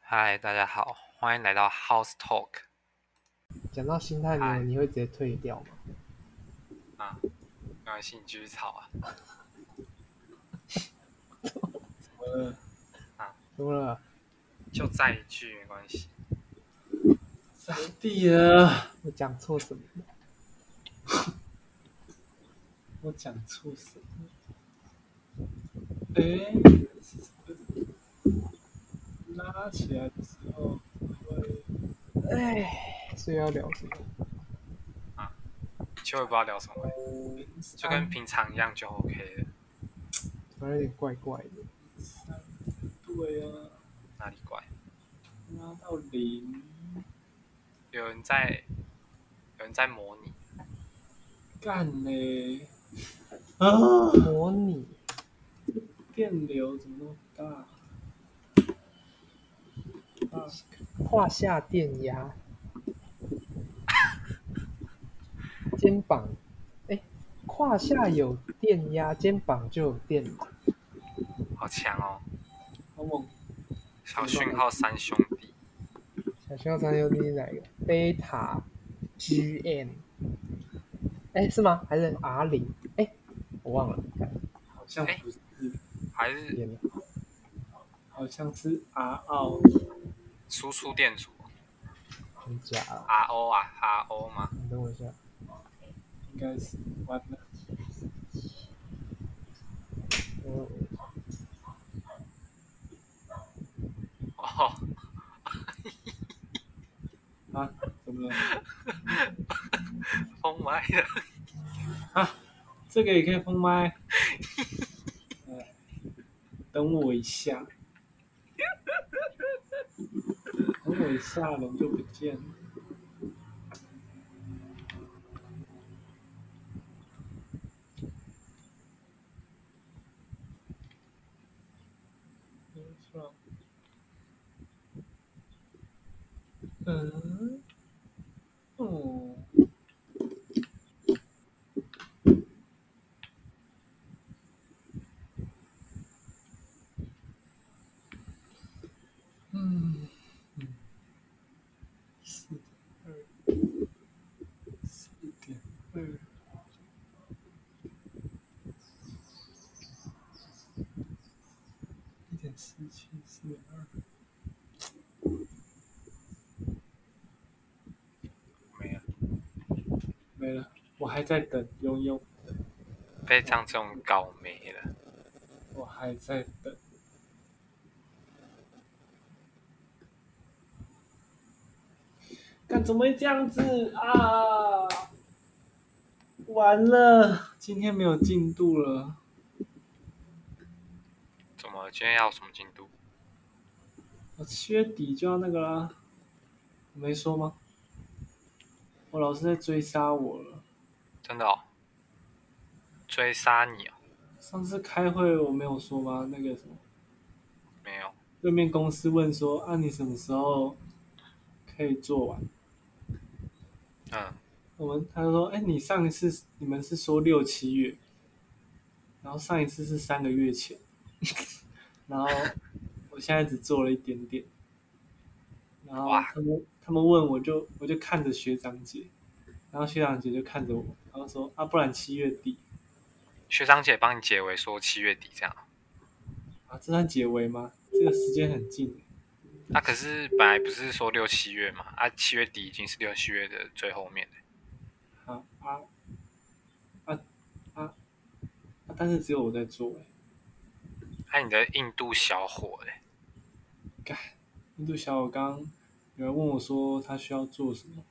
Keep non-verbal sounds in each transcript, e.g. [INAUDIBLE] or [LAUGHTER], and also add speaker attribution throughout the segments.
Speaker 1: 嗨，大家好，欢迎来到 House Talk。
Speaker 2: 讲到心态
Speaker 1: 嗨
Speaker 2: 牛，你会直接退掉吗？
Speaker 1: 啊，没关系，你继续吵啊。
Speaker 3: 呃，
Speaker 2: 怎么了？
Speaker 1: 就再一句没关系。
Speaker 3: 上帝啊！
Speaker 2: 我讲错什么了？
Speaker 3: 我讲错什么？哎，拉起来之后会
Speaker 2: 哎，所以要聊什么？
Speaker 1: 其实我也不知道聊什么，欸就跟平常一样就 OK 了。
Speaker 2: 突然有点怪怪的。
Speaker 3: 三对啊，
Speaker 1: 哪里怪？
Speaker 3: 拉到零，
Speaker 1: 有人在，有人在模拟。
Speaker 3: 干嘞！啊，
Speaker 2: 模拟
Speaker 3: 电流怎么那么大？啊，
Speaker 2: 胯下电压，肩膀，哎，胯下有电压，肩膀就有电流。
Speaker 1: 好强哦！
Speaker 3: 好猛！
Speaker 1: 小讯号三兄弟，
Speaker 2: 小熊三六 D 是哪一个？贝塔 GM，哎，是吗？还是 R 零？哎，我忘了，
Speaker 3: 好像
Speaker 1: 哎
Speaker 3: 不是，
Speaker 1: 还是
Speaker 2: 天哪！
Speaker 3: 好像是阿奥。
Speaker 1: 输出电阻
Speaker 2: 很假啊！
Speaker 1: RO 啊，RO 吗？
Speaker 2: 你等我一下，
Speaker 3: 应该是完了。
Speaker 2: 我
Speaker 1: 哦，
Speaker 3: 啊？怎么了？
Speaker 1: 封麦了。
Speaker 3: 啊？这个也可以封麦？ [LAUGHS] 呃等我一下，等我一下，人就不见了。嗯是吧嗯，哦。嗯，嗯，四点二，四点二，一点四七，四点二，
Speaker 1: 没了，
Speaker 3: 没了，我还在等悠悠，
Speaker 1: 被张这种搞没了。
Speaker 3: 我还在等。干怎么会这样子啊？完了，今天没有进度了。
Speaker 1: 怎么今天要什么进度？
Speaker 3: 我七月底就要那个啦，我没说吗？我老师在追杀我了。
Speaker 1: 真的哦，追杀你哦？
Speaker 3: 上次开会我没有说吗？那个什么，
Speaker 1: 没有，
Speaker 3: 对面公司问说，啊你什么时候可以做完？
Speaker 1: 嗯，
Speaker 3: 我们他就说，哎，你上一次你们是说六七月，然后上一次是三个月前，然后我现在只做了一点点，然后
Speaker 1: 哇
Speaker 3: 他们他们问我就我就看着学长姐，然后学长姐就看着我，然后说啊，不然七月底
Speaker 1: 学长姐帮你解围，说七月底这样。
Speaker 3: 啊，这算解围吗？这个时间很近，
Speaker 1: 啊，可是本来不是说六七月嘛？啊，七月底已经是六七月的最后面了。
Speaker 3: 啊啊啊啊啊！但是只有我在做、欸，
Speaker 1: 哎、你的印度小伙嘞，
Speaker 3: 干，印度小伙刚刚有人问我说他需要做什么，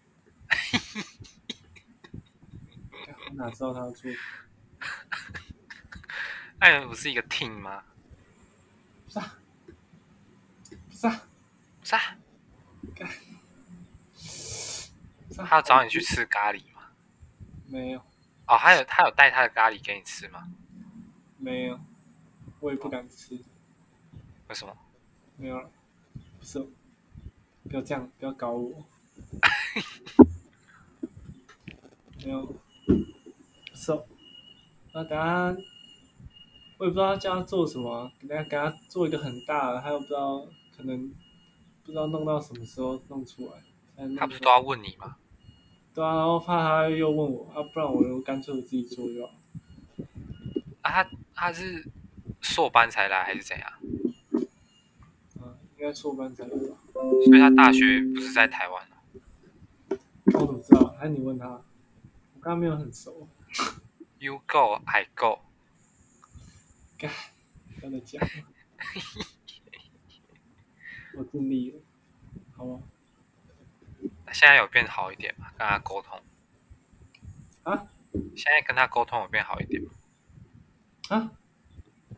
Speaker 3: 干我哪知道他要做什么？
Speaker 1: 哎、你们不是一个 team 吗？
Speaker 3: 不是啊，不是啊，
Speaker 1: 不是、啊，
Speaker 3: 不是啊
Speaker 1: 他要找你去吃咖喱吗？
Speaker 3: 没有
Speaker 1: 哦，他有他有带他的咖喱给你吃吗？
Speaker 3: 没有，我也不敢吃，
Speaker 1: 为什么？
Speaker 3: 没有了，不是，不要这样，不要搞我，没有，不是哦，那等下我也不知道他叫他做什么啊，给他给他做一个很大的，他又不知道，可能不不知道弄到什么时候弄出来。才弄
Speaker 1: 他不是啊
Speaker 3: 出
Speaker 1: 都要问你吗？
Speaker 3: 对啊，然后怕他又问我啊，不然我就干脆我自己做就好。
Speaker 1: 啊，他他是硕班才来还是怎样？
Speaker 3: 啊，应该硕班才有吧？
Speaker 1: 所以他大学不是在台湾啊
Speaker 3: 我怎么知道？还是你问他？我刚刚没有很熟，
Speaker 1: You go, I go。
Speaker 3: 跟他讲。 [LAUGHS] 我尽力了，好吗？
Speaker 1: 那现在有变好一点吗？跟他沟通
Speaker 3: 啊？
Speaker 1: 现在跟他沟通有变好一点吗？
Speaker 3: 啊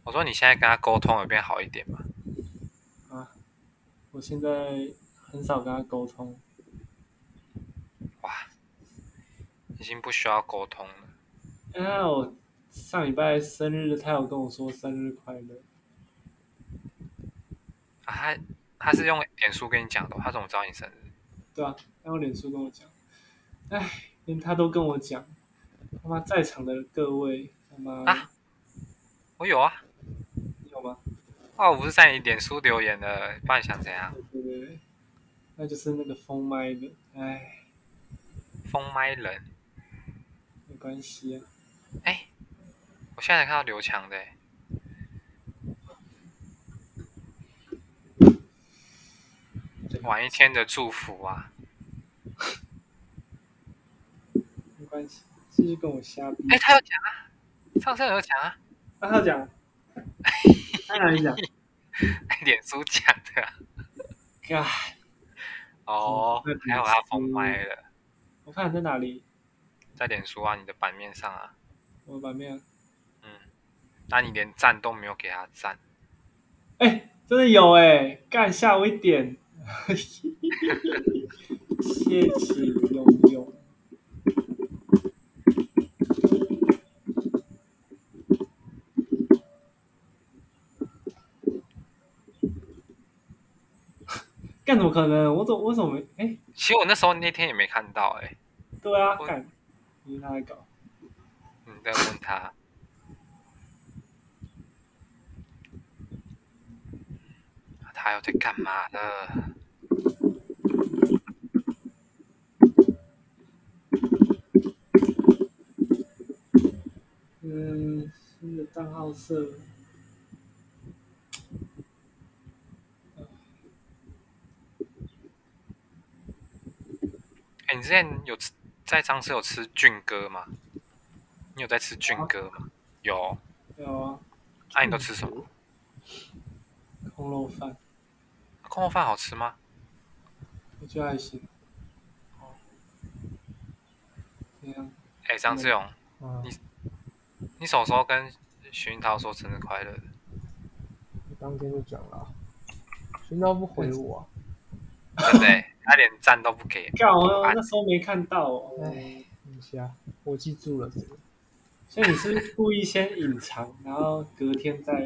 Speaker 1: 我说你现在跟他沟通有变好一点吗？
Speaker 3: 啊！我现在很少跟他沟通，
Speaker 1: 哇，已经不需要沟通了。
Speaker 3: 因为哎我上礼拜生日，他有跟我说生日快乐。
Speaker 1: 啊，他他是用脸书跟你讲的哦，他怎么知道你生日？
Speaker 3: 对啊，他用脸书跟我讲，哎，连他都跟我讲，他妈在场的各位，他妈、
Speaker 1: 啊我有啊，
Speaker 3: 你有吗？
Speaker 1: 哦，我不是在你脸书留言的，不然你想怎样？
Speaker 3: 对对对，那就是那个封麦的，哎，
Speaker 1: 封麦人，
Speaker 3: 没关系啊，
Speaker 1: 哎，我现在才看到刘强的欸，晚一天的祝福啊！
Speaker 3: 没关系，继续跟我瞎逼。
Speaker 1: 哎，他有讲啊，上次有讲啊， [LAUGHS]
Speaker 3: 那、他讲，他哪里讲？
Speaker 1: 哎脸书讲的啊、
Speaker 3: 哎，
Speaker 1: 哦，还有他封麦了，
Speaker 3: 我看你在哪里？
Speaker 1: 在脸书啊，你的版面上啊，
Speaker 3: 我的版面，
Speaker 1: 嗯，那你连赞都没有给他赞，
Speaker 3: 哎，真的有哎，干吓我一点， [LAUGHS] 谢谢拥有。 [LAUGHS] 干怎么可能？我怎我怎么没？哎，
Speaker 1: 其实我那时候那天也没看到哎、
Speaker 3: 对啊，
Speaker 1: 我
Speaker 3: 干，你是他在搞？
Speaker 1: 你再问他。他又在干嘛呢？
Speaker 3: 嗯，新的账号是，
Speaker 1: 哎、你之前有吃在张市有吃俊哥吗？你有在吃俊哥吗？有。
Speaker 3: 有啊，
Speaker 1: 那、你都吃什么？
Speaker 3: 空肉饭，
Speaker 1: 啊空肉饭好吃吗？
Speaker 3: 我觉得还行。哦，怎样？
Speaker 1: 哎、张志勇，
Speaker 2: 啊，
Speaker 1: 你什么时候跟徐云涛说生日快乐的？
Speaker 2: 我当天就讲了啊，谁知道不回我啊、
Speaker 1: 真的、欸，他连赞都不给。
Speaker 3: 干，我那时候没看到哦。
Speaker 2: 哎，等一下，我记住了这个，
Speaker 3: 所以你是不是故意先隐藏，然后隔天再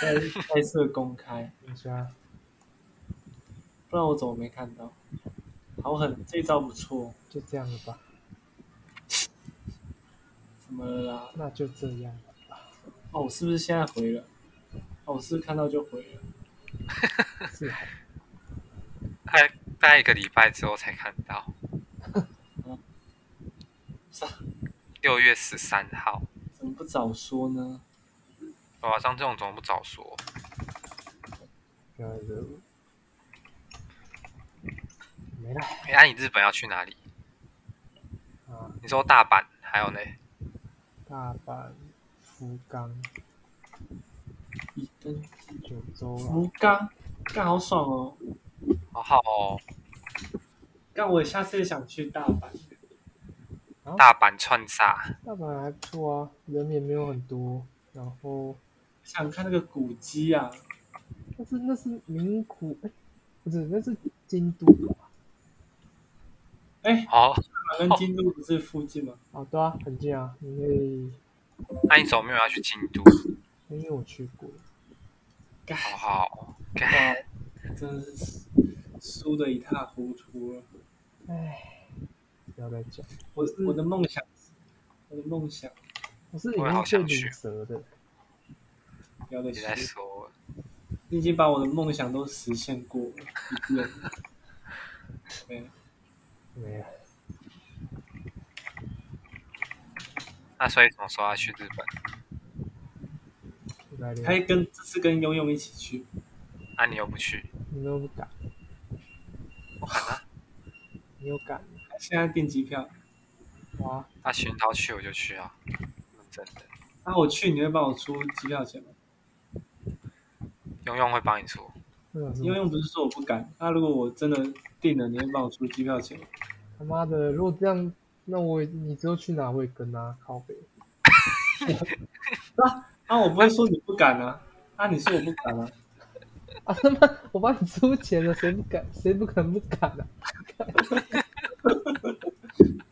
Speaker 3: 再再次公开，
Speaker 2: 等一下，
Speaker 3: 不然我怎么没看到？好狠，这招不错。
Speaker 2: 就这样了吧，
Speaker 3: 怎么了啦？
Speaker 2: 那就这样了吧，
Speaker 3: 哦，我是不是现在回了？哦，我是不是看到就回了？
Speaker 2: 是好，
Speaker 1: 他大概一个礼拜之后才看到
Speaker 3: 嗯，
Speaker 1: 六月十三号。
Speaker 3: 怎么不早说呢？
Speaker 1: 哇，张志勇怎么不早说？
Speaker 2: 不要惹我，没啦
Speaker 1: 哎、那你日本要去哪里？
Speaker 2: 啊，
Speaker 1: 你说大阪，还有呢？
Speaker 2: 大阪、福冈、
Speaker 3: 一根
Speaker 2: 九州啊啦，
Speaker 3: 福冈，干好爽哦！
Speaker 1: 好好哦，
Speaker 3: 干我下次也想去大阪。
Speaker 1: 大阪串炸，
Speaker 2: 大阪还不错啊，人也没有很多，然后
Speaker 3: 想看那个古迹啊，
Speaker 2: 但是那是名古，哎、不是那是京都吧？
Speaker 3: 哎，
Speaker 1: 哦，
Speaker 3: 大阪跟京都不是附近吗？
Speaker 2: 哦，对啊，很近啊，因为
Speaker 1: 那你怎么没有要去京都？哦
Speaker 2: 因为我去过，
Speaker 3: 干，
Speaker 1: 好好哦，干
Speaker 3: 哇，真的是输的一塌糊涂了。
Speaker 2: 哎，不要再讲，
Speaker 3: 我我的梦想，我的梦想，
Speaker 2: 我是里
Speaker 1: 我也
Speaker 2: 面
Speaker 1: 好
Speaker 2: 最
Speaker 1: 想
Speaker 2: 鲁
Speaker 1: 去
Speaker 2: 蛇的，
Speaker 3: 不要
Speaker 1: [LAUGHS]
Speaker 3: 再
Speaker 1: 你在
Speaker 3: 说，
Speaker 1: 说，
Speaker 3: 你已经把我的梦想都实现过了，你不用了。对，
Speaker 2: 没有，
Speaker 1: 那所以什么时候要去日本？
Speaker 2: 礼拜六
Speaker 3: 可以跟这次跟悠悠一起去，
Speaker 1: 那、啊你又不去，
Speaker 2: 你都不敢，你又敢
Speaker 3: 现在订机票。
Speaker 2: 哇？
Speaker 1: 那寻涛去我就去啊，真的。
Speaker 3: 那、啊我去，你会帮我出机票钱吗？
Speaker 1: 用用会帮你出，
Speaker 2: 这有什
Speaker 3: 悠
Speaker 2: 么？
Speaker 3: 悠不是说我不敢，啊那、如果我真的订了，你会帮我出机票钱吗？
Speaker 2: 他妈的，如果这样，那我你之后去哪我也跟啊，靠北。
Speaker 3: 啊，我不会说你不敢啊，啊，你说我不敢啊，
Speaker 2: 啊他妈！我帮你出钱了，谁不敢？谁不可能不敢啊？ [LAUGHS]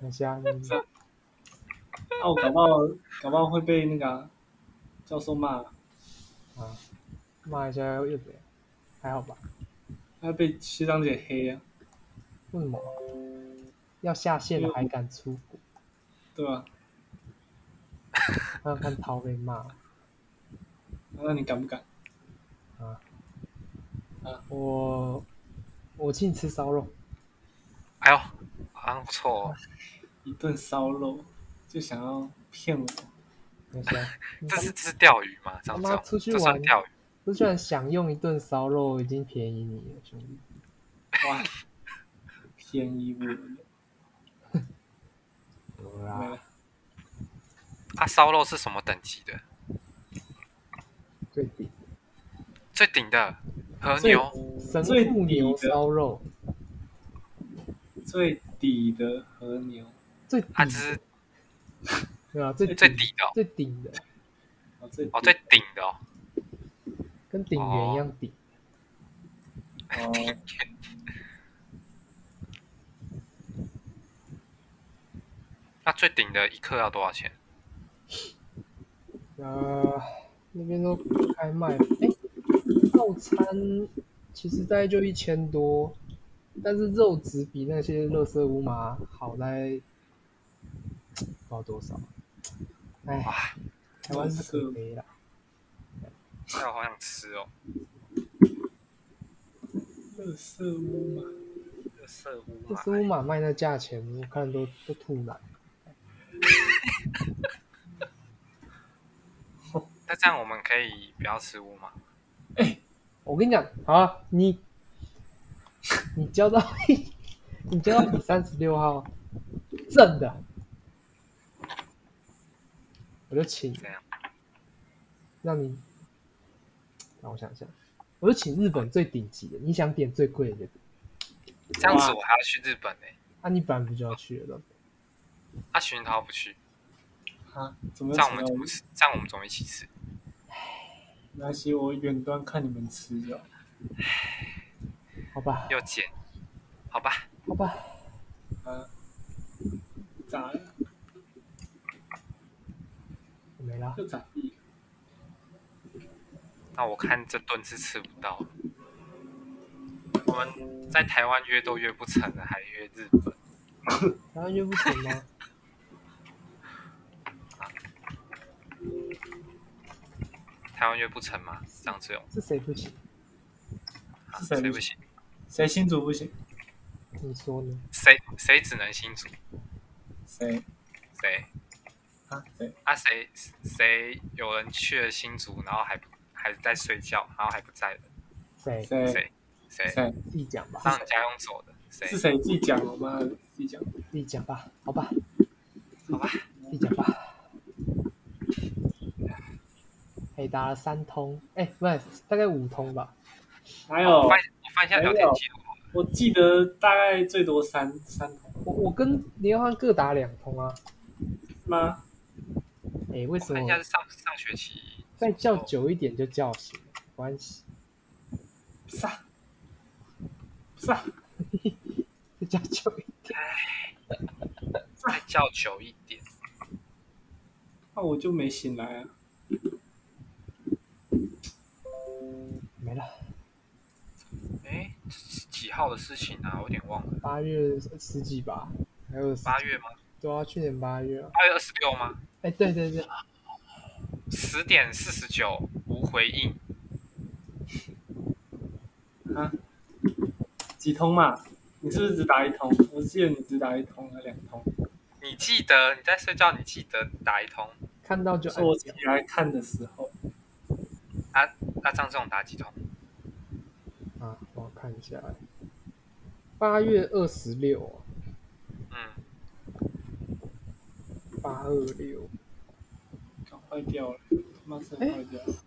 Speaker 2: 等一下，你
Speaker 3: 那、哦我搞不好搞不好会被那个啊、教授骂、啊，
Speaker 2: 啊，骂一下又怎样？还好吧？
Speaker 3: 会被学长姐黑啊，
Speaker 2: 为什么？要下线了还敢出国？
Speaker 3: 对吧、
Speaker 2: 让看涛被骂。
Speaker 3: 那你敢不敢？
Speaker 2: [LAUGHS] 我我请你吃烧肉，
Speaker 1: 哎呦，好像不错哦。
Speaker 3: 一顿烧肉就想要骗我？
Speaker 2: 等一下， [LAUGHS] 你
Speaker 1: 这是这是钓鱼吗？这样这
Speaker 2: 他妈
Speaker 1: 样
Speaker 2: 出去
Speaker 1: 这算
Speaker 2: 玩
Speaker 1: 钓鱼？
Speaker 2: 不居然享用一顿烧肉已经便宜你了，兄弟。
Speaker 3: 哇，便宜我了
Speaker 2: 有
Speaker 3: 没
Speaker 2: 啦，
Speaker 3: 了，
Speaker 1: 它啊烧肉是什么等级的？
Speaker 2: 最顶
Speaker 1: 最顶的和
Speaker 3: 最嗯
Speaker 1: 牛
Speaker 2: 神
Speaker 3: 最
Speaker 2: 户
Speaker 3: 底
Speaker 2: 牛
Speaker 3: 的
Speaker 2: 烧肉，
Speaker 3: 最底的和牛，
Speaker 2: 最底
Speaker 1: 啊，这是
Speaker 2: 对吧？最
Speaker 1: 最底的哦
Speaker 2: 最顶的，
Speaker 3: 哦，最底
Speaker 1: 哦，最顶的哦。
Speaker 2: 跟顶圆一样顶。
Speaker 3: 哦，
Speaker 1: 那最顶的一克要多少钱？
Speaker 2: 呃，那边都开卖，哎，套餐其实大概就一千多，但是肉质比那些乐色乌麻好在不知道多少。哎，
Speaker 1: 哇，
Speaker 2: 台湾是可悲啦，
Speaker 1: 那我好想吃哦。
Speaker 3: 乐色屋嘛，
Speaker 1: 这色乌
Speaker 2: 乐
Speaker 1: 嘛，
Speaker 2: 色乌麻卖那价钱，我看都都吐奶。
Speaker 1: 那这样我们可以不要吃乌嘛？
Speaker 2: 我跟你讲，好啊，你你交到 [LAUGHS] 你交到你三十六号正的，我就请
Speaker 1: 怎样？
Speaker 2: 让你让我想想，我就请日本最顶级的，你想点最贵的
Speaker 1: 这样子我还要去日本呢、
Speaker 2: 啊，你本来不就要去了？
Speaker 1: 那寻涛不去，
Speaker 3: 啊，怎么
Speaker 1: 这
Speaker 3: 又
Speaker 1: 样我们
Speaker 3: 扯到
Speaker 1: 怎
Speaker 3: 我
Speaker 1: 么？吃？这样我们怎么一起吃？
Speaker 3: 没关系，我远端看你们吃就好。
Speaker 2: 好吧，
Speaker 1: 又减，好吧？
Speaker 2: 好吧，
Speaker 3: 啊，咋了？
Speaker 2: 我没啦，
Speaker 3: 又咋地？
Speaker 1: 那我看这顿是吃不到了。我们在台湾约都约不成了，还约日本？
Speaker 2: 台湾约不成吗？
Speaker 1: 台湾约不成吗？这样子用
Speaker 2: 是谁不行？
Speaker 1: 啊？
Speaker 3: 是谁
Speaker 1: 谁
Speaker 3: 不
Speaker 1: 不行？
Speaker 3: 谁新主不行？
Speaker 2: 你说呢？
Speaker 1: 谁谁只能新组？
Speaker 3: 谁
Speaker 1: 谁
Speaker 3: 啊？谁？
Speaker 1: 啊？谁谁有人去了新组，然后还不还在睡觉，然后还不在的？
Speaker 2: 谁？
Speaker 3: 谁？
Speaker 1: 谁谁
Speaker 3: 谁？
Speaker 2: 自己讲吧，
Speaker 1: 让人家用走的？谁
Speaker 3: 是？谁自己讲？我妈的自己讲。
Speaker 2: 自己讲吧，好吧，
Speaker 1: 好吧，
Speaker 2: 自己讲吧。哎，打了三通，哎，不是，大概五通吧。
Speaker 1: 哦
Speaker 3: 还有
Speaker 1: 我，翻我翻一下聊天记录，
Speaker 3: 我记得大概最多三三桶
Speaker 2: 我我跟林浩各打两通啊。
Speaker 3: 是吗？
Speaker 2: 哎，为
Speaker 1: 我
Speaker 2: 什
Speaker 1: 看
Speaker 2: 么
Speaker 1: 一下是上上学期
Speaker 2: 再叫久一点就叫醒了？没关系，
Speaker 3: 不是啊，不是啊，
Speaker 2: 再叫久一点。
Speaker 1: 再叫久一点，
Speaker 3: 那我就没醒来啊。
Speaker 2: 没了，
Speaker 1: 哎，这是几号的事情啊？我有点忘了，
Speaker 2: 八月十几吧，还有
Speaker 1: 八月吗？
Speaker 2: 对啊，去年八月啊。
Speaker 1: 八月二十六吗？
Speaker 2: 哎，对对对，
Speaker 1: 十点四十九，芜湖回应，
Speaker 3: 啊，几通嘛？你是不是只打一通？我记得你只打一通还两通。
Speaker 1: 你记得你在睡觉，你记得打一通。
Speaker 2: 看到就
Speaker 3: 就是
Speaker 2: 按
Speaker 3: 我起
Speaker 2: 掉，
Speaker 3: 来看的时候，
Speaker 1: 那像这种打几通？
Speaker 2: 啊，我看一下，八月二十六，啊
Speaker 1: 嗯，
Speaker 2: 八二六，
Speaker 3: 搞坏掉了，他妈真的坏掉了。
Speaker 2: 啊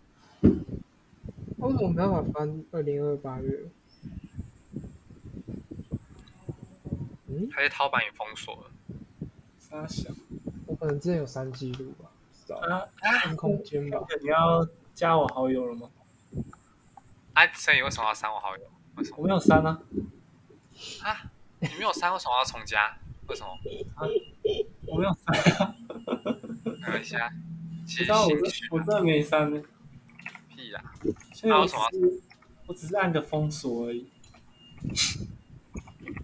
Speaker 2: 为什么没办法翻二零二八月？嗯，
Speaker 1: 还是淘宝也封锁了。
Speaker 3: 傻小
Speaker 2: 我可能之前有删记录吧，不知道，
Speaker 3: 啊！
Speaker 2: 删空间吧，
Speaker 3: 你要加我好友了吗？
Speaker 1: 啊，所以你为什么要删我好友？为什么
Speaker 3: 我没有删啊，
Speaker 1: 啊？你没有删，为什么要重加？为什么？
Speaker 3: 我没有删啊，
Speaker 1: 没关系啊，其
Speaker 3: 你
Speaker 1: 实
Speaker 3: 知道我
Speaker 1: 兴
Speaker 3: 这
Speaker 1: 趣啊
Speaker 3: 我真的没删呢，
Speaker 1: 屁啦。
Speaker 3: 所以我只
Speaker 1: 啊
Speaker 3: 是我只是按个封锁而已。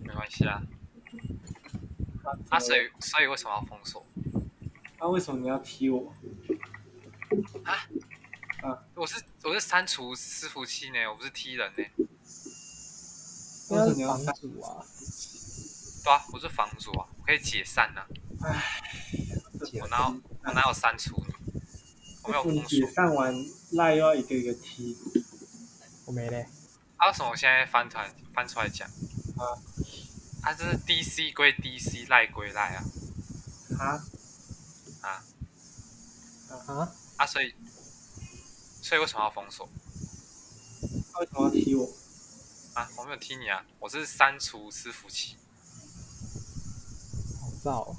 Speaker 1: 没关系啊。啊，
Speaker 3: 啊，
Speaker 1: 所以所以为什么要封锁？
Speaker 3: 啊，为什么你要踢我？
Speaker 1: 我是我是删除伺服器呢，我不是踢人呢。
Speaker 3: 为什么你要
Speaker 2: 房
Speaker 3: 删？
Speaker 2: 主啊，
Speaker 1: 对啊，我是房主啊，我可以解散呐、我哪有我哪有删除你？我没有
Speaker 3: 你
Speaker 1: 封
Speaker 3: 解
Speaker 1: 锁。
Speaker 3: 散完赖又要一个一个踢，
Speaker 2: 我没嘞，
Speaker 1: 啊，为什么我现在翻出来翻出来讲？
Speaker 3: 啊
Speaker 1: 啊，这是 DC 归 DC，赖归赖啊
Speaker 3: 啊，
Speaker 1: 啊
Speaker 2: 啊，
Speaker 1: 啊！所以所以为什么要封锁
Speaker 3: 他为什么要踢我？
Speaker 1: 啊？我没有踢你啊，我是删除伺服器。
Speaker 2: 好燥哦，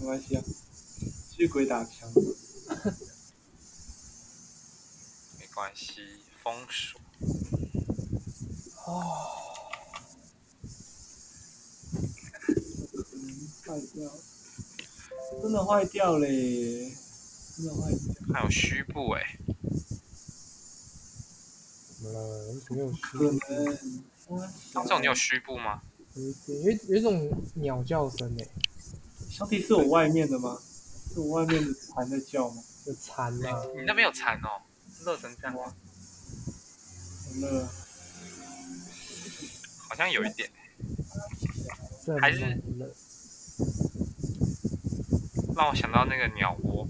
Speaker 3: 没关系啊，去鬼打墙。
Speaker 1: 没关系，封锁。
Speaker 3: 哦嗯坏掉，真的坏掉嘞，真的坏掉，
Speaker 1: 还有虚部哎、
Speaker 2: 怎么了？为什么有虚
Speaker 3: 可能。
Speaker 1: 像这种你有虚部吗？
Speaker 2: 有一点有一有一种鸟叫声欸诶、
Speaker 3: 小弟是我外面的吗？是我外面的蝉在叫吗？
Speaker 2: 有蝉啊，
Speaker 1: 你那边有蚕哦，热成这样，
Speaker 3: 很热啊，
Speaker 1: 好像有一点。
Speaker 2: 这
Speaker 1: 还是
Speaker 2: 蛮冷。
Speaker 1: 让我想到那个鸟窝，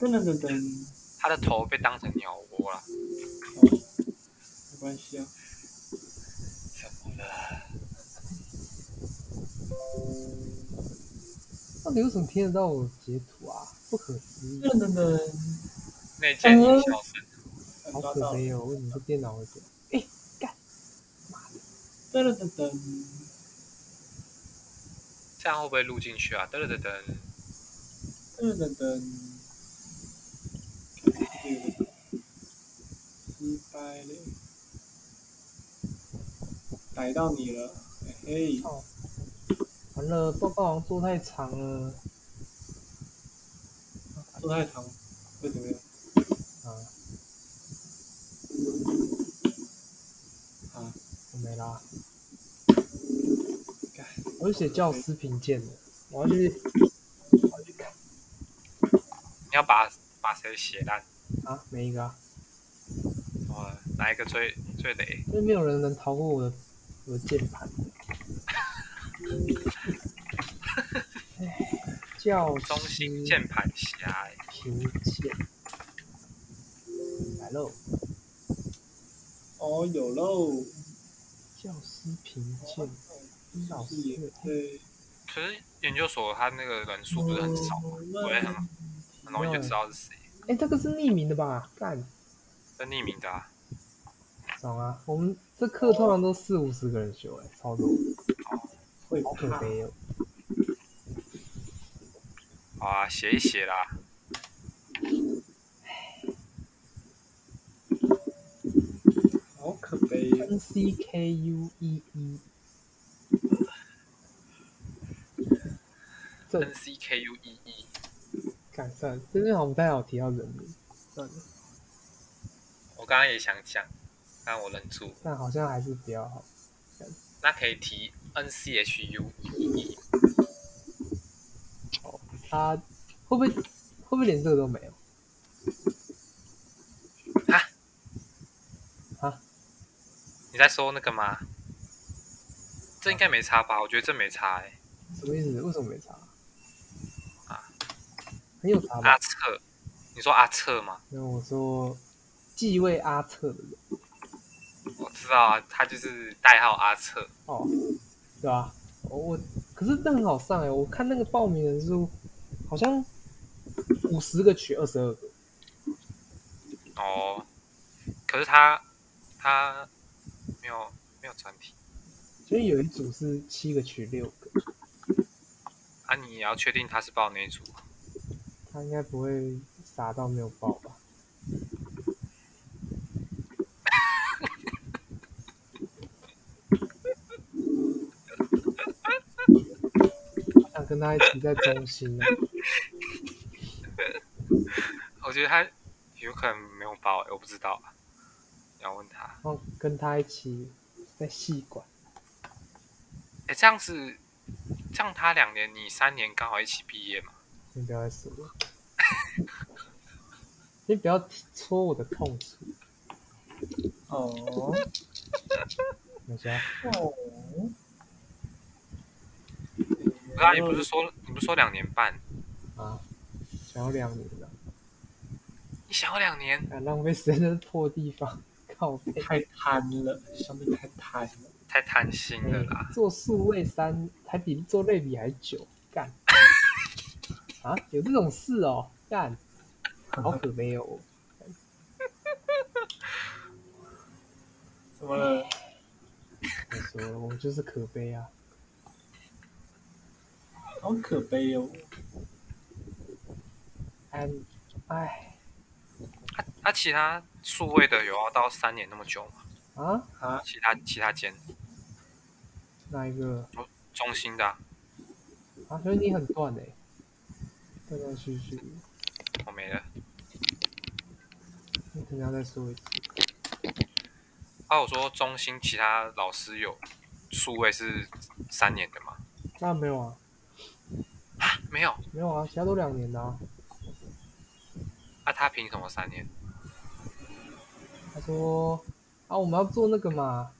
Speaker 3: 噔噔噔噔，
Speaker 1: 它的头被当成鸟窝了。
Speaker 3: 没关系啊。
Speaker 1: 怎么了？
Speaker 2: 到底为什么听得到我截图啊？不可思议，
Speaker 3: 噔噔噔，
Speaker 1: 那件音效声，
Speaker 2: 好
Speaker 3: 抓
Speaker 2: 可
Speaker 3: 到了。
Speaker 2: 悲哦！为什么是电脑会这样？
Speaker 3: 噔噔噔噔，
Speaker 1: 这样会不会录进去啊？噔噔噔噔，
Speaker 3: 噔噔噔。失败嘞，逮到你了，哎嘿嘿，
Speaker 2: 哦，完了，报告好像做太长了
Speaker 3: 做太长会怎么样？
Speaker 2: 啊，
Speaker 3: 啊，
Speaker 2: 我没啦
Speaker 3: 干。
Speaker 2: 我是写教师评鉴的，我要去，我要去看
Speaker 1: 你要把把谁写烂？
Speaker 2: 啊，每一个啊，
Speaker 1: 什么哪一个最最雷？
Speaker 2: 因为没有人能逃过我的我的键盘。哎教
Speaker 1: 中
Speaker 2: 师
Speaker 1: 心键盘侠、欸，
Speaker 2: 评鉴，来喽，
Speaker 3: 哦，有喽，
Speaker 2: 教师评鉴，老师
Speaker 3: 也对，
Speaker 1: 可是研究所他那个人数不是很少吗？我也很很容易就知道是谁，
Speaker 2: 哎、这个是匿名的吧？干，
Speaker 1: 是匿名的啊。
Speaker 2: 爽啊！我们这课通常都四五十个人修、哎，超多，
Speaker 3: 会
Speaker 2: 好可
Speaker 3: 怕。
Speaker 2: 悲哦。
Speaker 1: 好啊，写一写啦。
Speaker 3: 好可悲，
Speaker 2: N C K U E E，这
Speaker 1: N C K U E E，
Speaker 2: 干算了，真的好像不太好提到人名，算了，
Speaker 1: 我刚刚也想讲，但我忍住。
Speaker 2: 但好像还是比较好。
Speaker 1: 那可以提 N C H U E E。
Speaker 2: 他会不会会不会连这个都没有？
Speaker 1: 啊
Speaker 2: 啊，
Speaker 1: 你在说那个吗？这应该没差吧？我觉得这没差哎、
Speaker 2: 什么意思？为什么没查？
Speaker 1: 啊，
Speaker 2: 很有查吧
Speaker 1: 阿？策，你说阿策吗？
Speaker 2: 那我说继位阿策的人
Speaker 1: 我知道啊，他就是代号阿策。
Speaker 2: 哦，对吧、我我可是这很好上哎、我看那个报名人数好像五十个取二十二个，
Speaker 1: 哦，可是他他没有没有专题
Speaker 2: 所以有一组是七个取六个，
Speaker 1: 啊，你也要确定他是报哪一组。
Speaker 2: 他应该不会傻到没有报吧？好想跟他一起在中心啊，
Speaker 1: 我觉得他有可能没有报、欸，我不知道啊，要问他。
Speaker 2: 然后跟他一起在戏馆，
Speaker 1: 哎、这样子，这样他两年，你三年刚好一起毕业嘛？
Speaker 2: 你不要再说了，你不要戳我的痛处，
Speaker 3: 哦
Speaker 2: 没事啊，
Speaker 3: 哦，
Speaker 1: 不是啊，你不是说你不是说两年半？
Speaker 2: 啊，想要两年了，
Speaker 1: 你想要两年？
Speaker 2: 啊，浪费时间在这破地方， [LAUGHS] 靠背。
Speaker 3: 太贪了，兄弟太贪了。
Speaker 1: 太贪心了啦！
Speaker 2: 做数位三还比做类比还久，干啊，有这种事哦，干，好可悲哦。
Speaker 3: 怎么了？
Speaker 2: 我说了，我就是可悲啊，
Speaker 3: 好可悲哦。
Speaker 2: 哎，哎
Speaker 1: 他他啊其他数位的有要到三年那么久吗？
Speaker 2: 啊，
Speaker 3: 啊，
Speaker 1: 其他其他间
Speaker 2: 哪一个
Speaker 1: 中心的啊、
Speaker 2: 啊？所以你很断哎、断断续续，
Speaker 1: 我没了。
Speaker 2: 你可能要再说一次。
Speaker 1: 啊，我说中心其他老师有数位是三年的吗？
Speaker 2: 那没有啊，
Speaker 1: 啊，没有。
Speaker 2: 没有啊，其他都两年的啊。
Speaker 1: 啊，他凭什么三年？
Speaker 2: 他说啊，我们要做那个嘛，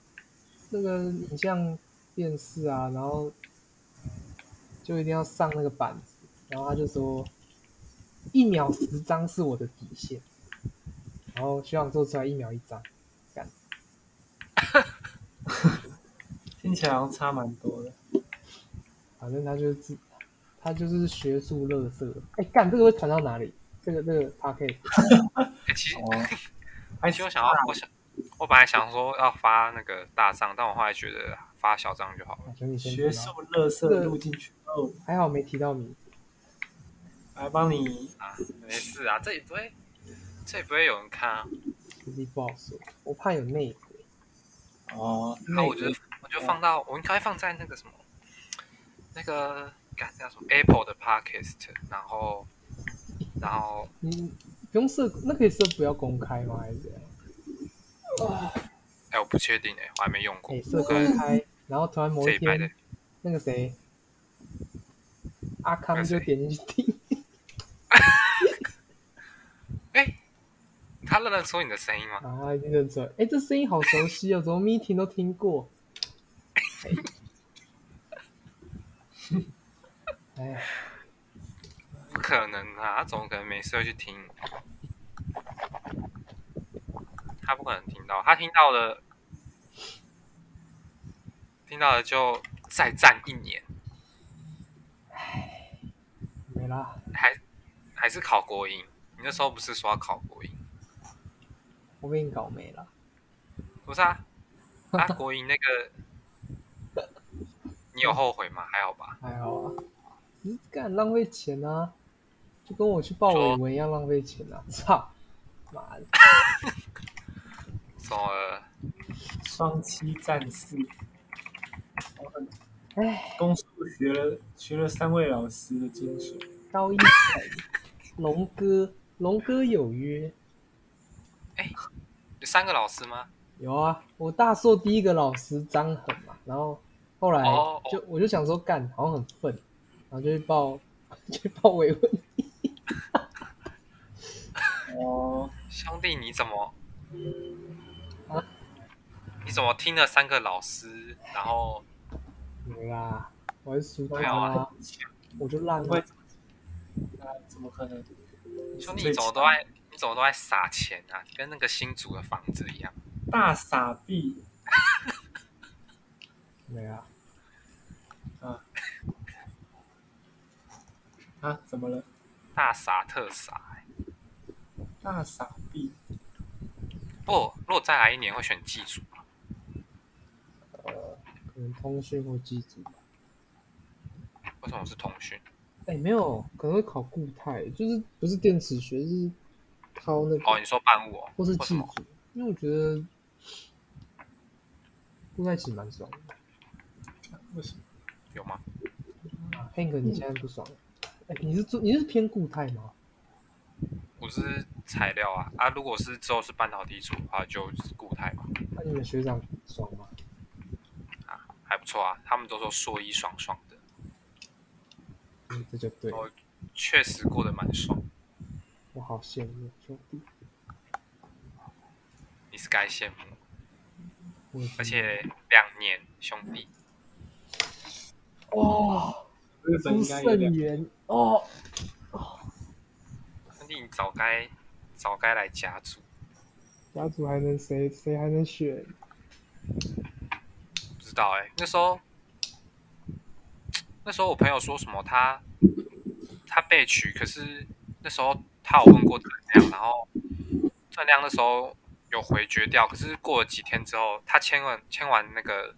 Speaker 2: 那个影像电视啊，然后就一定要上那个板子，然后他就说一秒十张是我的底线，然后希望做出来一秒一张，
Speaker 3: 听起来好像差蛮多的。
Speaker 2: 反正他就是自他就是学术乐色，哎，干这个会传到哪里？这个这个 p a c k a
Speaker 1: 哎、其实
Speaker 3: 哦，还
Speaker 1: 哎其实我
Speaker 3: 哎
Speaker 1: 想要，我想，我本来想说要发那个大账，但我后来觉得发小账就好了。
Speaker 2: 啊，求你先
Speaker 3: 学
Speaker 2: 不要
Speaker 3: 术乐色录进去哦，
Speaker 2: 还好没提到你，
Speaker 3: 来帮你
Speaker 1: 啊，没事啊，这也不会，这也不会有人看啊。
Speaker 2: 实力不好说，我怕有内鬼。
Speaker 3: 哦。
Speaker 1: 那
Speaker 3: 那
Speaker 1: 我就我就放到我应该放在那个什么，那个干叫什么 Apple 的 Podcast，然后然后
Speaker 2: 你不用设，那可以设不要公开吗？还是怎样？
Speaker 1: 哎、我不确定哎、我还没用过
Speaker 2: 哎，，设
Speaker 1: 可能
Speaker 2: 公开，然后突然某
Speaker 1: 这
Speaker 2: 一
Speaker 1: 一拜的
Speaker 2: 天，那个谁，阿康
Speaker 1: 那
Speaker 2: 就
Speaker 1: 谁
Speaker 2: 点进去听，
Speaker 1: 哎、他认得出你的声音吗？
Speaker 2: 然后他一定认出来，哎，这声音好熟悉哦，怎么 meeting 都听过？
Speaker 1: [LAUGHS]
Speaker 2: 哎，哎
Speaker 1: 不可能啊，他怎么可能没事会去听？他不可能听到，他听到了，听到了就再战一年，
Speaker 2: 没啦，
Speaker 1: 还还是考国营。你那时候不是说要考国营？
Speaker 2: 我被你搞没了。
Speaker 1: 不是啊，啊国营那个，你有后悔吗？还好吧。
Speaker 2: 还好啊，你干浪费钱啊，就跟我去报尾文一样浪费钱啊！操，妈的，
Speaker 1: 什么？
Speaker 3: 双七战士，
Speaker 2: 哎，
Speaker 3: 公数学了学了三位老师的精髓。
Speaker 2: 高一才，龙哥，龙哥有约，
Speaker 1: 有三个老师吗？
Speaker 2: 有啊，我大硕第一个老师张狠嘛，然后后来
Speaker 1: 哦
Speaker 2: 就我就 [LAUGHS] 想说干，好像很愤，然后就去报就去报维文，
Speaker 3: 哦，
Speaker 1: 兄弟，你怎么
Speaker 2: 啊？
Speaker 1: 你怎么听了三个老师，然后
Speaker 2: 没啦，我还是输他
Speaker 1: 没有
Speaker 2: 啊
Speaker 1: 啊，
Speaker 2: 我就烂
Speaker 3: 不会
Speaker 2: 了。
Speaker 3: 那怎么可能？
Speaker 1: 兄弟你怎么都在你怎么都在撒钱啊？你跟那个新组的房子一样。
Speaker 3: 大傻逼
Speaker 2: 没啊，
Speaker 3: 啊！啊，怎么了？
Speaker 1: 大傻特傻、欸。
Speaker 3: 大傻逼
Speaker 1: 不，如果再来一年会选技术吧
Speaker 2: 可能通讯或机组吧。
Speaker 1: 为什么是通讯？
Speaker 2: 哎、没有，可能会考固态，就是不是电磁学，是掏那个、
Speaker 1: 哦，你说伴舞、哦，
Speaker 2: 或是
Speaker 1: 为什
Speaker 2: 技
Speaker 1: 么？
Speaker 2: 组，因为我觉得固态其实蛮爽的。
Speaker 3: 为什么？
Speaker 1: 有吗？
Speaker 2: 啊 Hank，你现在不爽？哎、你是做你是偏固态吗？
Speaker 1: 我是材料啊啊！如果是之后是半导体组的话，就是固态吧，
Speaker 2: 那、你们学长爽吗？
Speaker 1: 还不错啊。他们都说硕一爽爽的，
Speaker 2: 嗯这就对了，
Speaker 1: 我确实过得蛮爽。
Speaker 2: 我好羡慕兄弟。
Speaker 1: 你是该羡慕，
Speaker 2: 我也是
Speaker 1: 而且两年兄弟，
Speaker 2: 哇，
Speaker 3: 日本
Speaker 2: 出
Speaker 3: 应该有
Speaker 2: 圣
Speaker 3: 两
Speaker 2: 哦言哦，
Speaker 1: 兄弟你早该早该来家族，
Speaker 2: 家族还能谁谁还能选？
Speaker 1: 不知道哎、那时候那时候我朋友说什么他他被取，可是那时候他有问过郑亮，然后郑亮那时候有回绝掉，可是过了几天之后，他签完签完那个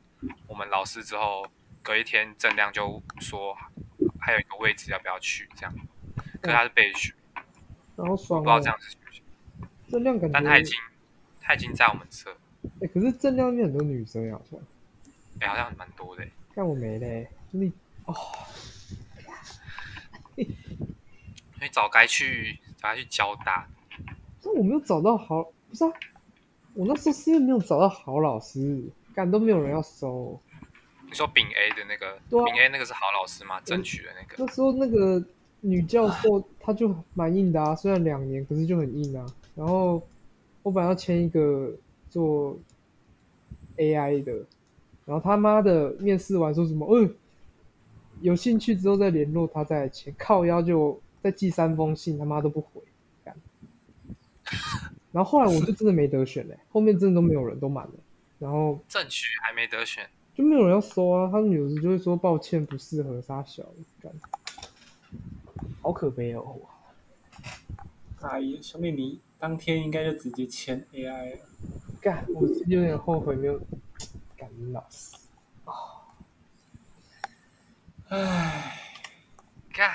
Speaker 1: 我们老师之后，隔一天郑亮就说还有一个位置要不要去这样，可是他是被取，
Speaker 2: 然后
Speaker 1: 不
Speaker 2: 爽
Speaker 1: 知道
Speaker 2: 哦
Speaker 1: 这，样是不是，
Speaker 2: 正亮感觉，
Speaker 1: 但他已经他已经在我们社，
Speaker 2: 哎、可是正亮那边很多女生好像，
Speaker 1: 哎、好像蛮多的欸、
Speaker 2: 但我没嘞，你哦，
Speaker 1: 所以早该去早该去交大，
Speaker 2: 但我没有找到好，不是啊，我那时候是因为没有找到好老师，干都没有人要收。
Speaker 1: 你说丙 A 的那个，
Speaker 2: 对啊
Speaker 1: 丙 A 那个是好老师吗？
Speaker 3: 嗯
Speaker 1: 争取的那个
Speaker 2: 那时候那个女教授她就蛮硬的啊，虽然两年，可是就很硬啊。然后我本来要签一个做 AI 的，然后他妈的面试完说什么，嗯、有兴趣之后再联络他再来签，靠腰就再寄三封信，他妈都不回。干然后后来我就真的没得选嘞、后面真的都没有人，都满了，然后
Speaker 1: 争取还没得选，
Speaker 2: 就没有人要收啊。他们有时就会说抱歉，不适合杀小，干好可悲哦。
Speaker 3: 大一，兄弟你当天应该就直接签 AI 了。
Speaker 2: 干，我有点后悔没有干你老师。
Speaker 3: 唉，
Speaker 1: 干，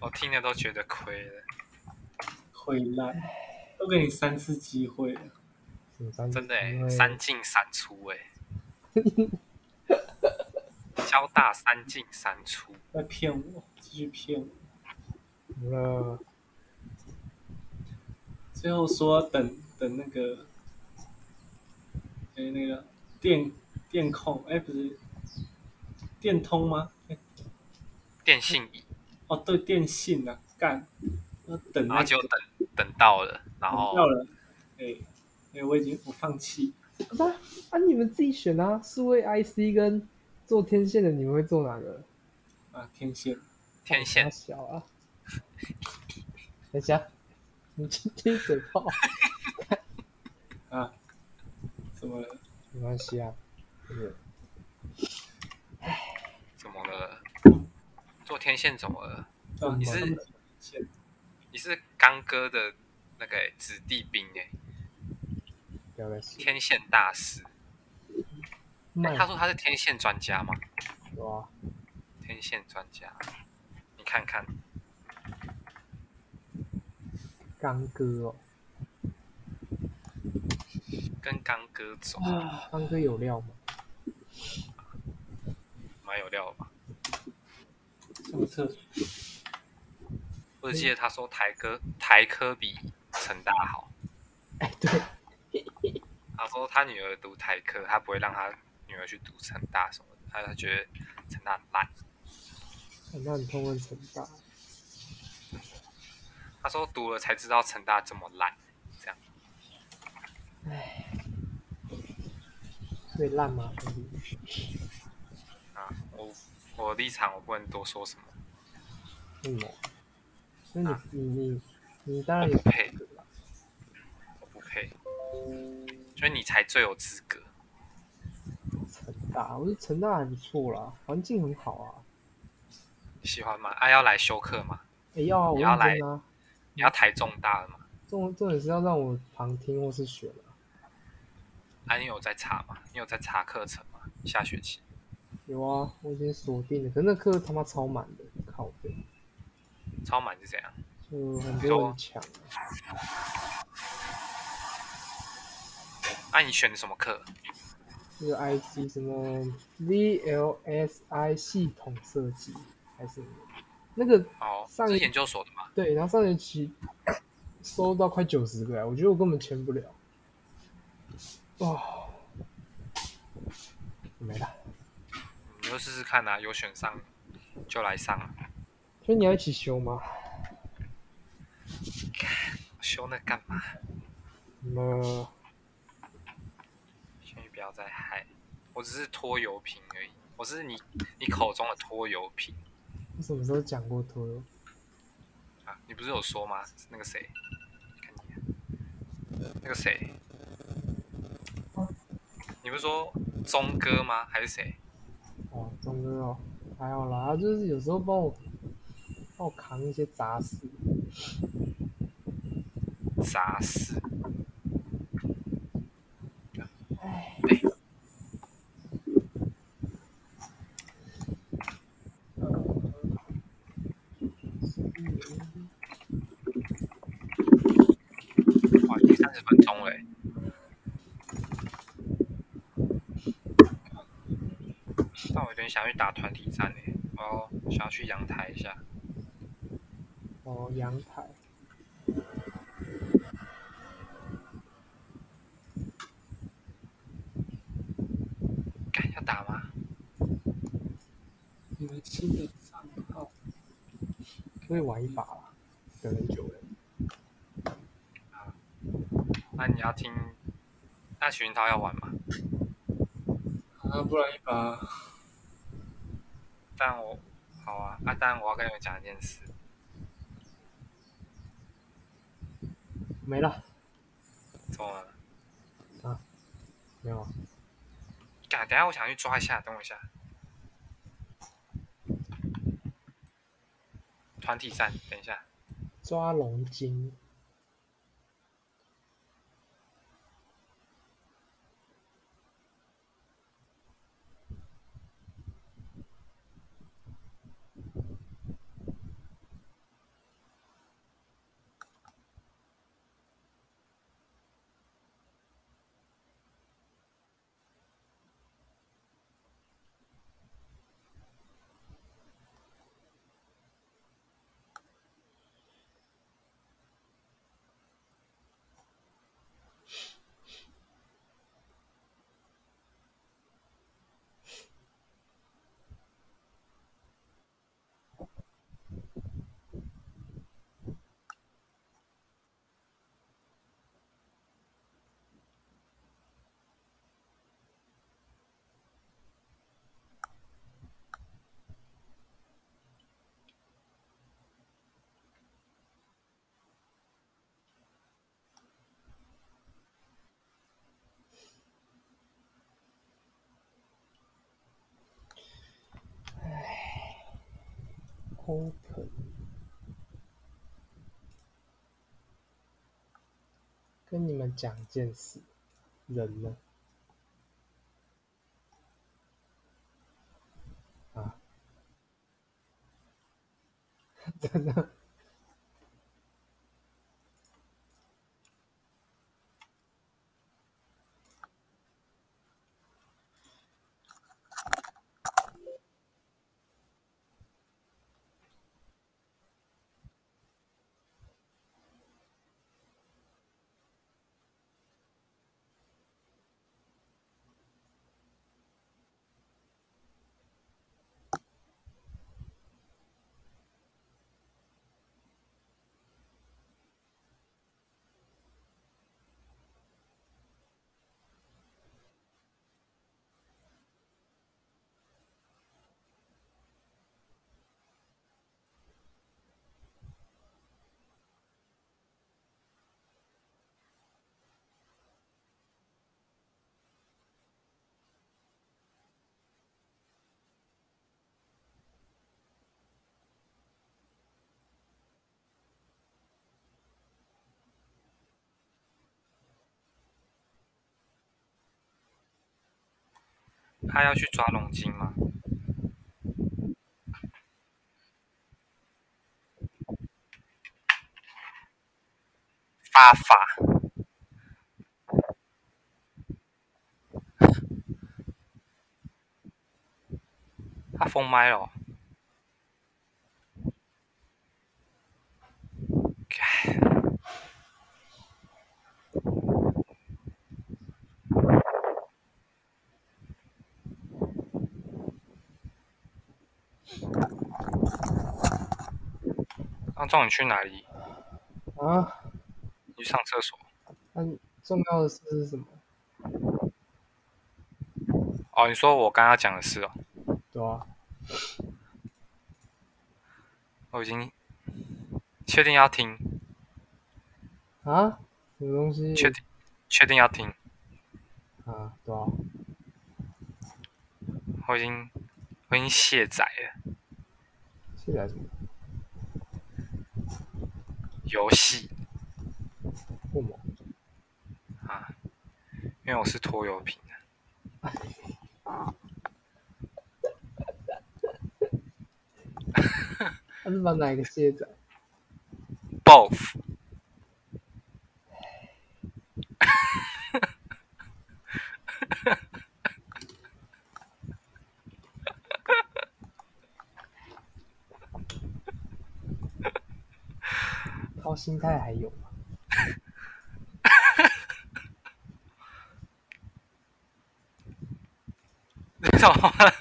Speaker 1: 我听了都觉得亏了，
Speaker 3: 毁烂，都给你三次机会了。
Speaker 1: 真的、
Speaker 3: 嗯
Speaker 1: 欸，三进三出哎、交大三进三出，
Speaker 3: 在骗我，继续骗我。
Speaker 2: 了，
Speaker 3: 最后说等等那个，哎、那个电电控，哎、不是电通吗？哎
Speaker 1: 电信椅，
Speaker 3: 哦对，电信啊，干，要等
Speaker 1: 然
Speaker 3: 那
Speaker 1: 后
Speaker 3: 个
Speaker 1: 啊就哦等等到了，然
Speaker 3: 等
Speaker 1: 后
Speaker 3: 到了，哎、哎、我已经我放弃，
Speaker 2: 不是啊，啊你们自己选啊，数位 IC 跟做天线的，你们会做哪个？
Speaker 3: 啊，天线，
Speaker 1: 天线
Speaker 2: 好小啊。等一下，你今天嘴炮，
Speaker 1: [LAUGHS]
Speaker 3: 啊，怎么了？
Speaker 2: 没关系啊。
Speaker 1: 怎么了？做天线怎么了？
Speaker 3: 啊，
Speaker 1: 你
Speaker 3: 他们
Speaker 1: 是
Speaker 3: 天线
Speaker 1: 你是刚哥的那个欸、子弟兵哎、
Speaker 2: 不要再说，
Speaker 1: 天线大师。
Speaker 2: 卖
Speaker 3: 嗯
Speaker 1: 他说他是天线专家吗？
Speaker 2: 我啊！
Speaker 1: 天线专家，你看看，
Speaker 2: 刚哥哦，
Speaker 1: 跟刚哥走，
Speaker 3: 啊，
Speaker 2: 刚哥有料吗？
Speaker 1: 蛮有料的吧？
Speaker 3: 上厕所，
Speaker 1: 我只记得他说台科台科比成大好，
Speaker 2: 哎，对，
Speaker 1: 他说他女儿读台科，他不会让他女儿去读成大什么的，他他觉得成大很烂。
Speaker 2: 哎那你痛问成大，
Speaker 1: 然他说读了才知道成大这么烂，这样
Speaker 2: 最烂吗？
Speaker 1: 啊，我我立场我不能多说什么，
Speaker 2: 为什么？那你你你你当然有
Speaker 1: 不啊配，我不配，所以你才最有资格。
Speaker 2: 成大，我觉得成大还不错啦，环境很好啊。
Speaker 1: 喜欢吗？啊，要来修课吗？
Speaker 2: 哎、要啊，我
Speaker 1: 你要
Speaker 2: 认真啊。
Speaker 1: 你要台中大了吗？
Speaker 2: 重重点是要让我旁听或是选啊，
Speaker 1: 啊，你有在查吗？你有在查课程吗？下学期
Speaker 2: 有啊，我已经锁定了，可是那课他妈超满的，靠背，
Speaker 1: 超满是怎样？
Speaker 2: 就很多人抢啊。
Speaker 1: 啊，你选的什么课？
Speaker 2: 这个 IC 什么 VLSI 系统设计还是什么那个
Speaker 1: 哦，
Speaker 2: 上
Speaker 1: 是研究所的吗？
Speaker 2: 对，然后上学期收到快九十个啊，我觉得我根本签不了。哇，没了，
Speaker 1: 你就试试看啊，有选上就来上啊。
Speaker 2: 所以你要一起修吗？
Speaker 1: 修那干嘛？
Speaker 2: 那
Speaker 1: 先不要再害，我只是拖油瓶而已。我是你你口中的拖油瓶
Speaker 2: 你什么时候讲过拖油？
Speaker 1: 啊！你不是有说吗？那个谁，看你啊那个谁，你不是说钟哥吗？还是谁？
Speaker 2: 哦，钟哥哦，还好啦，他就是有时候帮我帮我扛一些杂事，
Speaker 1: 杂事。
Speaker 2: 哎，
Speaker 1: 哇，已经三十分钟了欸，但我有点想去打团体战嘞，我要想要去阳台一下。
Speaker 2: 哦，阳台，
Speaker 1: 干要打吗？
Speaker 3: 你们新的账号
Speaker 2: 可以玩一把啦，等很久了。
Speaker 1: 那你要听？那徐云涛要玩吗？
Speaker 3: 啊，不然一把
Speaker 1: 但我好啊，啊，但我要跟你们讲一件事，
Speaker 2: 没了，
Speaker 1: 怎么了？
Speaker 2: 没有啊，
Speaker 1: 干，等一下我想去抓一下，等我一下。团体战，等一下，
Speaker 2: 抓龙筋，空盆，跟你们讲件事，人呢？啊，真的，
Speaker 1: 他要去抓龙筋吗？发法， [LAUGHS] 他封麦了哦。张仲，你去哪里？
Speaker 2: 啊，
Speaker 1: 你去上厕所。
Speaker 2: 那重要的事是什么？
Speaker 1: 哦，你说我刚刚讲的事哦，
Speaker 2: 对啊，
Speaker 1: 我已经确定要听，
Speaker 2: 啊，什么东西？
Speaker 1: 确定确定要听，
Speaker 2: 啊，对啊，
Speaker 1: 我已经我已经卸载了
Speaker 2: 卸载什么？
Speaker 1: 游戏
Speaker 2: 为什么？
Speaker 1: 啊，因为我是拖油瓶的。
Speaker 2: 他是把哪个卸载？
Speaker 1: Both，
Speaker 2: 掏心态还有吗？
Speaker 1: [LAUGHS] 你怎么了？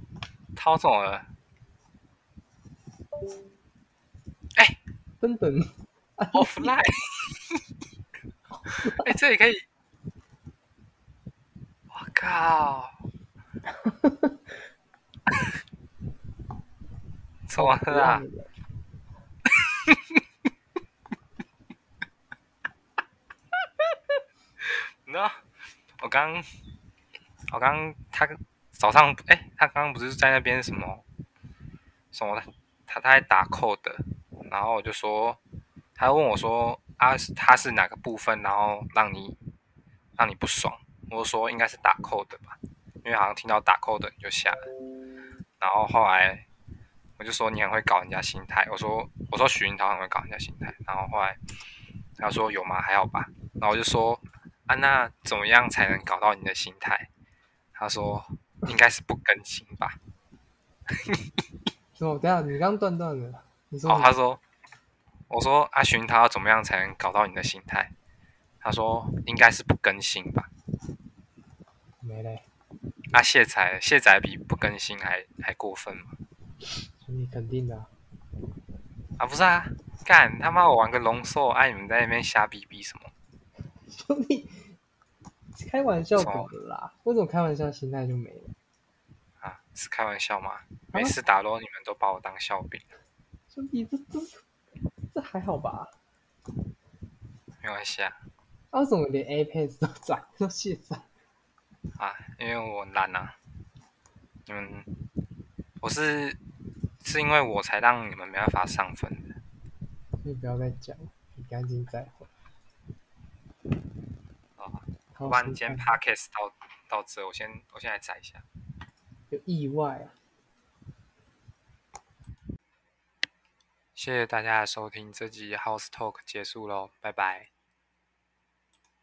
Speaker 1: [LAUGHS] 涛总了？哎、
Speaker 2: 根本
Speaker 1: offline。哎、这里可以。我靠！怎么
Speaker 2: 不
Speaker 1: 了啊
Speaker 2: 让？你了
Speaker 1: [LAUGHS] 你知道，我刚，我刚他早上，哎、他刚刚不是在那边什么什么，他他在打 code，然后我就说，他问我说啊，他是哪个部分，然后让你让你不爽，我就说应该是打 code 吧，因为好像听到打 code 你就下了，然后后来我就说你很会搞人家心态，我说我说许云涛很会搞人家心态，然后后来他说有吗？还好吧，然后我就说。啊，那怎么样才能搞到你的心态？他说应该是不更新吧。
Speaker 2: 什么？等一下你刚断断了，你说
Speaker 1: 哦，
Speaker 2: 你
Speaker 1: 他说，我说阿寻他要怎么样才能搞到你的心态？他说应该是不更新吧。
Speaker 2: 没嘞，
Speaker 1: 啊，卸载卸载比不更新还还过分吗？
Speaker 2: 你肯定的啊、
Speaker 1: 啊，不是啊，干他妈我玩个龙兽，哎、你们在那边瞎逼逼什么？
Speaker 2: 兄弟，开玩笑搞的啦，为什么开玩笑心态就没了？
Speaker 1: 啊，是开玩笑吗？每次打 l 你们都把我当笑柄，
Speaker 2: 兄弟，这这这还好吧？
Speaker 1: 没关系啊
Speaker 2: 啊，为什么连 Apex 都载都卸载？
Speaker 1: 啊，因为我懒啊。你们，我是是因为我才让你们没办法上分的。
Speaker 2: 你不要再讲了，你赶紧载回。
Speaker 1: 哦，
Speaker 2: 好
Speaker 1: 不然今天 p
Speaker 2: 怕
Speaker 1: o d c a s t 到到这，我先我先来载一下。
Speaker 2: 有意外啊！
Speaker 1: 谢谢大家的收听，这集 House Talk 结束喽，拜拜。